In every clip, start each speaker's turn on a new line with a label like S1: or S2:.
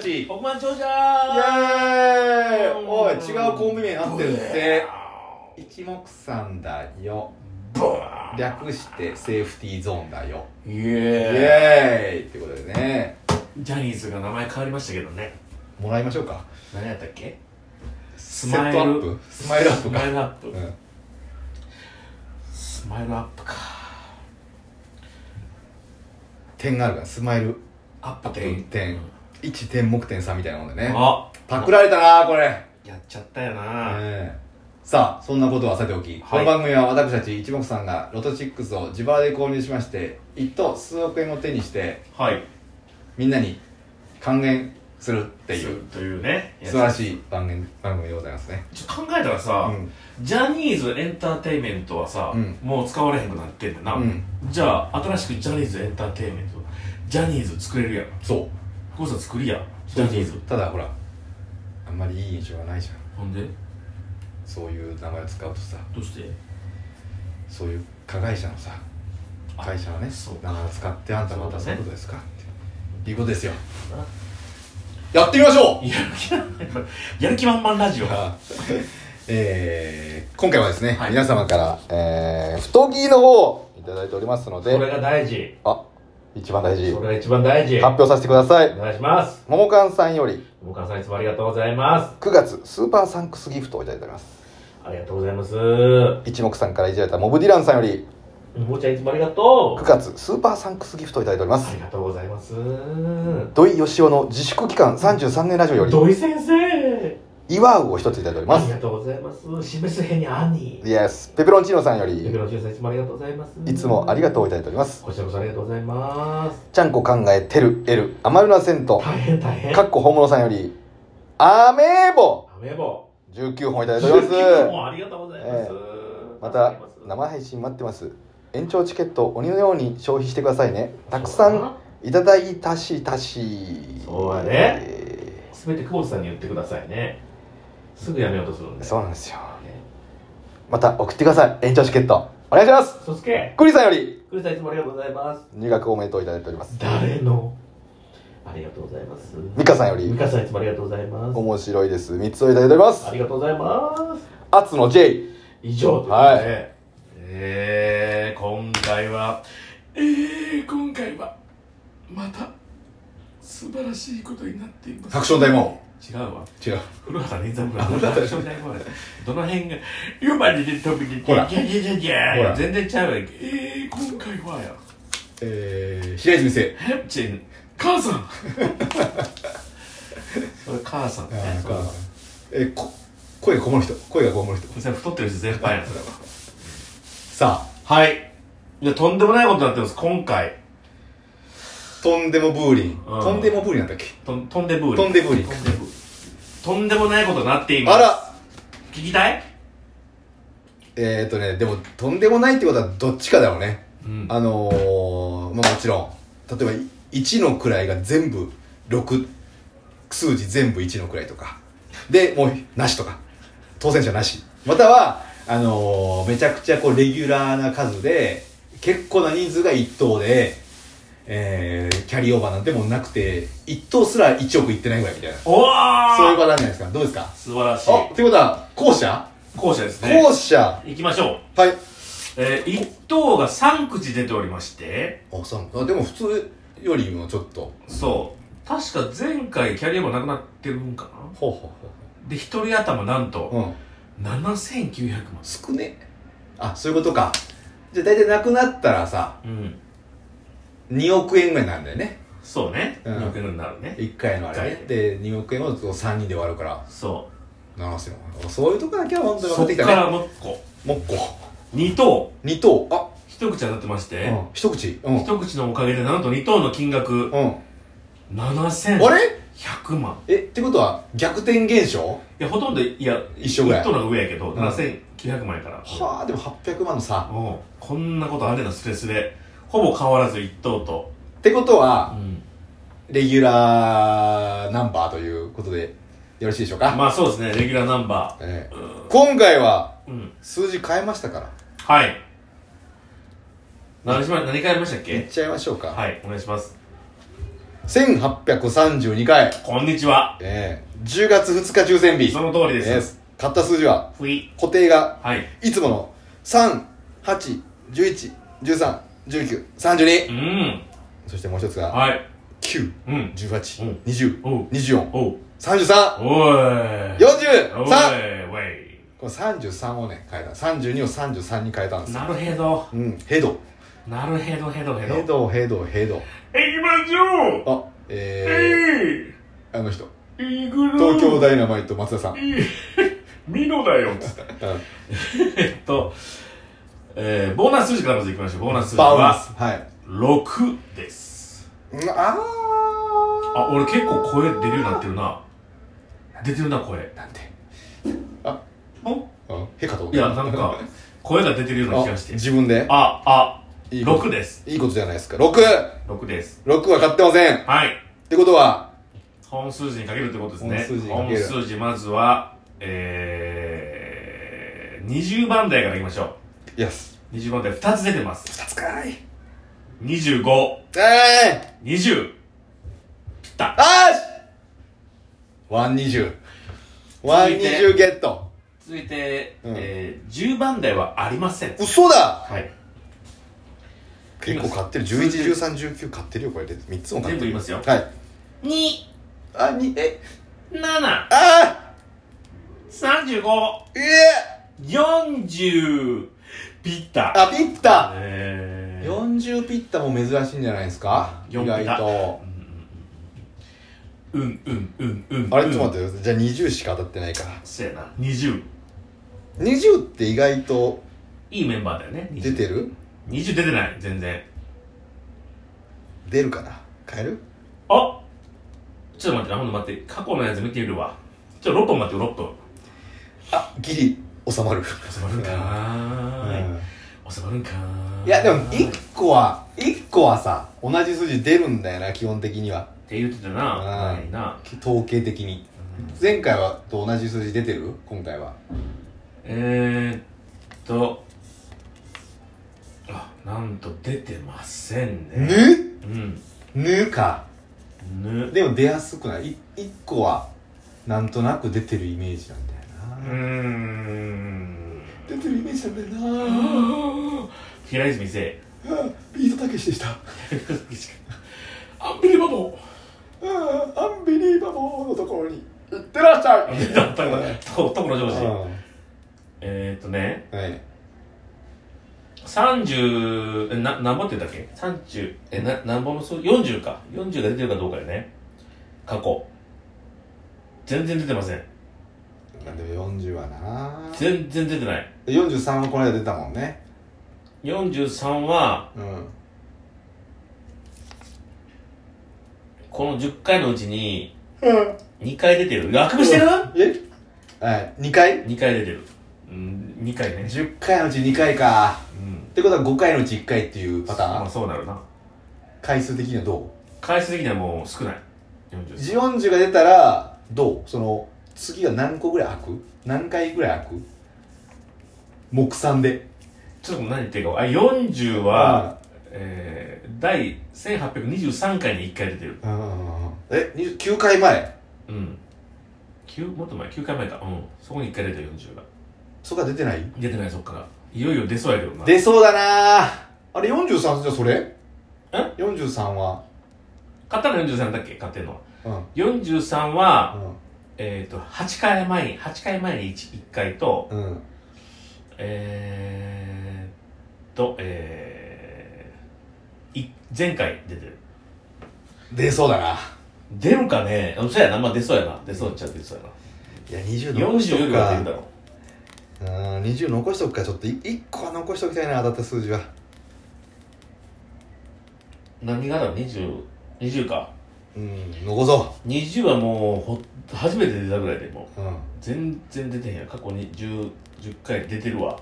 S1: ち
S2: 億万長者
S1: イエーイ
S2: うん
S1: おい違うコンビ名になってるって一目散だよ略してセーフティーゾーンだよ
S2: イ
S1: イ
S2: エ
S1: エーイってことでね
S2: ーイジャニーズが名前変わりましたけどね
S1: もらいましょうか
S2: 何やったっけ
S1: ス
S2: マイル
S1: セットアップスマイルアップ
S2: ス
S1: か
S2: マイルアップ
S1: うん
S2: スマイルアップか
S1: 点があるからスマイル
S2: アップ
S1: 点
S2: 点
S1: 点1点目点差みたいなもんでね
S2: あ
S1: パクられたなこれ
S2: やっちゃったよな
S1: ええさあそんなことはさておき、この番組は私たち一目さんがロト6を自腹で購入しまして一等数億円を手にして
S2: はい
S1: みんなに還元するっていう
S2: というね
S1: 素晴ら
S2: い
S1: しい番組番組でございますね
S2: ちょっと考えたら
S1: う
S2: さ、
S1: ん
S2: ジャニーズエンターテインメントはさ、
S1: うん
S2: もう使われへんくなってんだな、
S1: うん
S2: じゃあ新しくジャニーズエンターテインメントジャニーズ作れるやん
S1: そう
S2: こそ作りやジャニーズ
S1: ただほらあんまりいい印象がないじゃん
S2: ほんで
S1: そういう名前を使うとさ
S2: どうして
S1: そういう加害者のさ
S2: あ
S1: 会社のね
S2: そう
S1: 名前を使ってあんたまたそ
S2: そうう
S1: いうこ
S2: だね
S1: とですかっていうことですよやってみましょう
S2: やる気なやる気満々ラジオは
S1: えー今回はですね、
S2: はい
S1: 皆様から、えー、太着の方をいただいておりますの
S2: これ
S1: で、
S2: が大事
S1: あ、一番大事、
S2: そ
S1: 発
S2: れが一番大事
S1: 表させてくださ
S2: お
S1: い。
S2: 願いします
S1: ももかんさんより
S2: お母さんいつもありがとうございます
S1: 9月スーパーサンクスギフトをいただいております。
S2: ありがとうございます
S1: 一目さんからいじられたモブディランさんより
S2: もーちゃんいつもありがと
S1: 9
S2: う
S1: 月スーパーサンクスギフトをいただいておりま
S2: あ
S1: す
S2: り。がとうございます
S1: 土井義雄の自粛期間33年ラジオより
S2: 土井先生
S1: 祝うを一ついただいておりま
S2: あり
S1: す
S2: が。とうございます示すへに兄
S1: イエス。ペペロンチーノさんよ
S2: ゆき
S1: り
S2: のちゅうさんいつもありがとうございます
S1: いつもありがとうをいただいております。
S2: こちらこそありがとうございます
S1: ちゃんこ考えてる、エル、アマルナセント。
S2: 大変大変
S1: かっこ本物さんより、アメーボ
S2: アメボ
S1: !19 本いただいております。
S2: もありがとうございます、
S1: また、生配信待ってます。延長チケット、鬼のように消費してくださいね。たくさんいただいたしたし。
S2: そうだね
S1: え
S2: すべて久保田さんに言ってくださいねすぐやめようとするん
S1: ー
S2: で
S1: そうなんですよ。
S2: ね
S1: また送ってください。延長チケット。お願いします
S2: そつけ
S1: クリさんより、
S2: クリスさんいつもありがとうございます
S1: 入学おめでとういただいております。
S2: 誰のありがとうございます
S1: ミカさんよ
S2: ミ
S1: り、
S2: カさんいつもありがとうございます
S1: 面白いです。3つをいただいておりま
S2: あ
S1: す。
S2: りがとうございます
S1: アツの J。
S2: 以上ということで、
S1: はい
S2: えー、今回はえー、今回はまた素晴らしいことになっています
S1: ハクション大魔
S2: 違うわ
S1: 違う。
S2: 古畑任三郎のアクション大魔王ですどの辺が「湯までで飛び出て
S1: ほら
S2: ギャギャギャギ
S1: ほ
S2: ャ
S1: ら
S2: 全然ちゃうやんけえー、今回はや
S1: えー、平泉生。
S2: ヘプチン母 さんそれ母さんね
S1: なん
S2: それ
S1: か
S2: は
S1: えこ声がこもる人声がこもる人
S2: それ太ってる人全般やんそれは
S1: さあ
S2: はいでとんでもないことになってます今回
S1: とんでもブーリン、
S2: うん
S1: とんでもブーリンなんだっけ
S2: とんとんでブーリ
S1: とんでブーリ
S2: とんでブーリとんでもないことになっています
S1: あら
S2: 聞きたい
S1: えっ、ー、とねでもとんでもないってことはどっちかだろうね
S2: うん
S1: あのー、まあもちろん例えばい1の位が全部6数字全部1の位とかでもうなしとか当選者なしまたはあのー、めちゃくちゃこうレギュラーな数で結構な人数が1等で、えー、キャリーオーバーなんてもうなくて1等すら1億いってないぐらいみたいな
S2: おー
S1: そういうパターンじゃないですかどうですか
S2: 素晴らしい
S1: あってことは後者
S2: 後者ですね
S1: 後者
S2: 行きましょう
S1: はい
S2: えー、一等が3口出ておりまして
S1: あそうあでも普通よりもちょっと
S2: そう確か前回キャリアもなくなってるんかな
S1: ほうほうほう
S2: で一人頭なんと
S1: うん、
S2: 7900万
S1: 少ねあそういうことかじゃあ大体なくなったらさ
S2: うん
S1: 2億円ぐらいになるんだよね
S2: そうね
S1: うん
S2: 2億円になるね
S1: 1回のあれねで2億円を3人で割るから
S2: そ
S1: 7000万そういうとこだけは本
S2: う
S1: 当に分
S2: そ
S1: かっ
S2: って
S1: き
S2: か
S1: たね
S2: らもう一個
S1: もっこ
S2: 2等
S1: 2等あ、
S2: 一口当たってまし
S1: う
S2: て、
S1: ん、一口うん、うん、
S2: 一口のおかげでなんと2等の金額7100
S1: あれ
S2: 万
S1: えってことは逆転現象
S2: いやほとんどいや
S1: 一緒ぐらい
S2: 1等の方が上やけど、
S1: ん
S2: 7900万やから
S1: はあでも800万の差
S2: おうこんなことあれなスレスレほぼ変わらず1等と
S1: ってことは
S2: ん
S1: レギュラーナンバーということでよろしいでしょうか、
S2: まあそうですね、レギュラーナンバ
S1: ええ今回は
S2: ー。うん。
S1: 数字変えましたから
S2: はい。何しま、何変えましたっ
S1: いっ
S2: け
S1: ちゃいましょうか
S2: はい、お願いします。
S1: 1832回、
S2: こんにちは。
S1: えー、10月2日抽選日
S2: その通り
S1: え
S2: で
S1: ー
S2: す。
S1: 買った数字は
S2: ふい。
S1: 固定が
S2: はい。
S1: いつもの3811131932
S2: うん。
S1: そしてもう一つが
S2: はい。
S1: 9
S2: うん。
S1: 1 8
S2: うん
S1: 2 0
S2: おう。
S1: 2 4
S2: おう。
S1: 3 3
S2: おい。
S1: 4
S2: おい。
S1: 3
S2: おい。
S1: この33をね変えた32を33に変えたんですよ
S2: なるへど。
S1: うんヘド
S2: なるへどへどへ
S1: ヘ
S2: ど。
S1: ドヘドヘド
S2: 行きましょう
S1: あえ
S2: え
S1: ー、あの人
S2: えー、イグル
S1: 東京ダイナマイト松田さん、うん、
S2: ミノだよっつって。えっと、えー、ボーナス数字からまずいきましょう。ボーナス数字
S1: バウン
S2: は
S1: スはい
S2: 6です。
S1: うんあ
S2: あ、俺結構声出るようになってるな。出てるな、声。
S1: ーなんで
S2: お
S1: うんへかと思っ
S2: い
S1: た
S2: や、なんか、声が出てるような気
S1: あ
S2: がして。
S1: 自分で
S2: あ、あ、
S1: いいこと
S2: 6です。
S1: いいことじゃないですか。6!6
S2: 6です。
S1: は買ってませんっ
S2: はい。
S1: てことは、
S2: 本数字にかけるってことですね。
S1: 本数字にかけ
S2: 本
S1: る
S2: 数字、まずは、えー、20番台からいきましょ
S1: イエス。
S2: う。20番台2つ出てます。
S1: 二つかい。
S2: 25、
S1: ええ
S2: 20。ぴった。
S1: あーし !120。120ゲット。
S2: 続いて、
S1: うん
S2: えー、10番台はありません。
S1: 嘘だ
S2: はい。
S1: 結構買ってる。11、13、19買ってるよ、これで。3つも買ってる。
S2: 全部言いますよ
S1: はい。
S2: 2、
S1: あ、に、え、
S2: 7、
S1: あ
S2: 35、
S1: ーえ
S2: 40。ぴった。
S1: ー、あ、ピッタ
S2: えー、
S1: !40 ピッタも珍しいんじゃないですか意
S2: 四ピタ
S1: 外と。
S2: うんうんうんうん。
S1: あれ、ちょっ
S2: って。
S1: と待ってよ。じゃあ20しか当たってないから。
S2: そうやな。20。
S1: 20って意外と
S2: いいメンバーだよね。
S1: 出
S2: 20。
S1: てる
S2: 20出てない、全然。
S1: 出るかな変える
S2: あちょっと待ってな、ほんと待って。過去のやつ見てみるわ。ちょ、6分待ってよ、6分。
S1: あギリ収まる
S2: 収まるんかー
S1: うん
S2: い。収まるんかーい。
S1: いやでも1個は1個はさ同じ数字出るんだよな基本的には
S2: って言ってたな。
S1: うん
S2: ないな。
S1: 統計的に前回はと同じ数字出てる今回は
S2: えーっと。あ、なんと出てませんね。
S1: ぬ
S2: うん。
S1: ぬか
S2: ぬ。
S1: でも出やすくないい1個はなんとなく出てるイメージなんだよ
S2: う
S1: な
S2: ーん。
S1: 出てるイメージなんだよな
S2: 平泉せ
S1: あビートたけしでした
S2: アンビリバボ
S1: あアンビリーバボーのところに行ってらっしゃい
S2: だったよねと所ジョージ
S1: う
S2: えーっとね
S1: んはい
S2: 30えな何本って言ったっけ30えな何本の数40か40が出てるかどうかよね過去全然出てません
S1: なんでも40はな
S2: 全然出てない
S1: 43はこの間出たもんね
S2: 43は
S1: うん
S2: この10回のうちに2回出てるあくびしてる
S1: えはい2回
S2: ?2 回出てるうん2回ね
S1: 10回のうち2回か
S2: うん
S1: ってことは5回のうち1回っていうパタ
S2: ま
S1: ー
S2: あ
S1: ン
S2: そうなるな
S1: 回数的にはど
S2: 回数的にはもう少ない
S1: う
S2: 43
S1: 40が出たらどうその次が何個ぐらい開く何回ぐらい開く目算で
S2: ちょっと何言ってるかあ40は、えー、第1823回に1回出てる
S1: うんうんうんえ9回前
S2: うん9もっと前9回前かうんそこに1回出てる40が
S1: そこは出てない
S2: 出てないそっからいよいよ出そうやけどな
S1: 出そうだなあれ43じゃあそれん ?43 は
S2: 買ったの43だっけ買ってんのは
S1: うんうん
S2: 43はえっ、と8回前に8回前に 1, 1回と
S1: うん
S2: えー、っとえー、い前回出てる
S1: 出そうだな
S2: 出るかねうんそうやなまあ出そうやな出そうっちゃ出そうやない
S1: や20残しと
S2: 40よ
S1: く
S2: りは出
S1: か
S2: るだろう
S1: うーん20残しとくかちょっとい1個は残しときたいな当たった数字は
S2: 何がだろう 20, 20か
S1: うん残そ
S2: 20はもうほ初めて出たぐらいでもう
S1: ううん
S2: 全然出てへんやん過去に 10, 10回出てるわ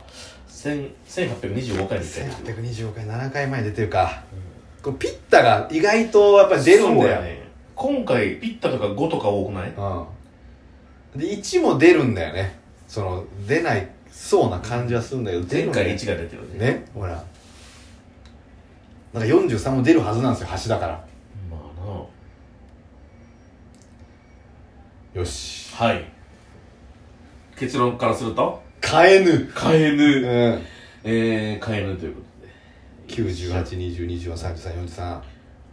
S2: 1000 1825回出てる
S1: 1825回7回前に出てるか、これピッタが意外とやっぱり出るん
S2: そう
S1: だ
S2: や
S1: よ、
S2: ね今回ピッタとか5とか多くない
S1: うんで1も出るんだよねその出ないそうな感じはするんだけど出
S2: 前
S1: るんだよ
S2: 回1が出てるね
S1: ねほらなんか43も出るはずなんですよ橋だから
S2: まあ
S1: よし
S2: はい結論からすると
S1: 変えぬ
S2: 変え
S1: う
S2: ぬ
S1: ん
S2: えー、変えぬというこ
S1: 9820243343
S2: とではい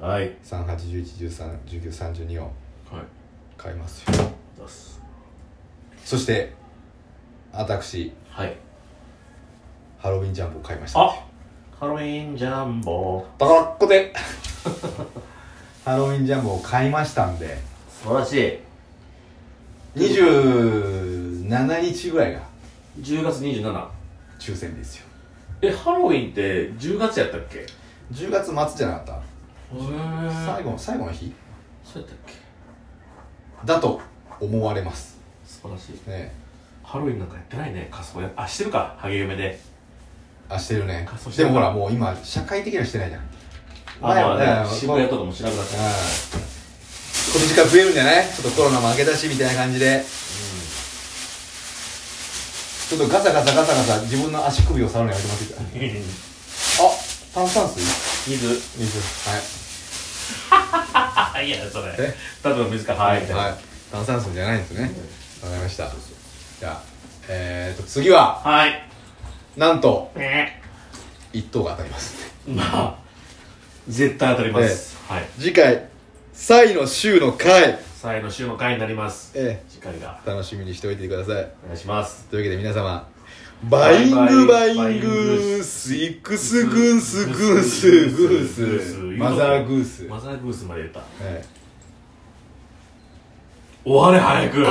S2: はい
S1: 3 8 1 1 3 1 9 3 2を買いますよ
S2: 出す
S1: そして私
S2: はい
S1: ハロウィンジャンボを買いました
S2: あハロウィンジャンボ
S1: バカッコで ハロウィンジャンボを買いましたんで
S2: 素晴らしい
S1: 27日ぐらいが
S2: 10月27
S1: 抽選ですよ
S2: えハロウィンって10月やったっけへ
S1: 10月末じゃなかった最
S2: え
S1: 後の最後の日
S2: そうやったっけ
S1: だと思われます
S2: 素晴らしい
S1: ね
S2: ハロウィンなんかやってないね仮装やあしてるかハゲ嫁で
S1: あしてるね
S2: 仮装して
S1: で
S2: る
S1: もほらもう今社会的にはしてないじゃん
S2: あ
S1: 前は
S2: ま
S1: ね
S2: あね
S1: こう
S2: 渋谷とかも調べなかっ
S1: うん
S2: た
S1: 今年から増えるんじゃないちょっとコロナも明けたしみたいな感じでちょっとガサガサガサガサ自分の足首を触るのやめてもらっていいかあ炭酸水
S2: 水
S1: 水はい
S2: あいやそれ
S1: え
S2: ただの水かはいみたいな
S1: はい、炭酸水じゃないんですねわかりましたじゃあえーと次は
S2: はい
S1: なんと
S2: ね
S1: 一等が当たります
S2: まあ絶対当たりますはい
S1: 次回サイの週の回
S2: 最後の週の回になります
S1: え
S2: 次回が
S1: え楽しみにしておいてください
S2: お願いします
S1: というわけで皆様バ
S2: バ
S1: イ
S2: イ
S1: ン
S2: バイ
S1: グバイン
S2: バイング
S1: グ
S2: ー
S1: スイクスグンスグンスグンスマザーグース、
S2: マザーグースまで言った
S1: はい
S2: 終われ早く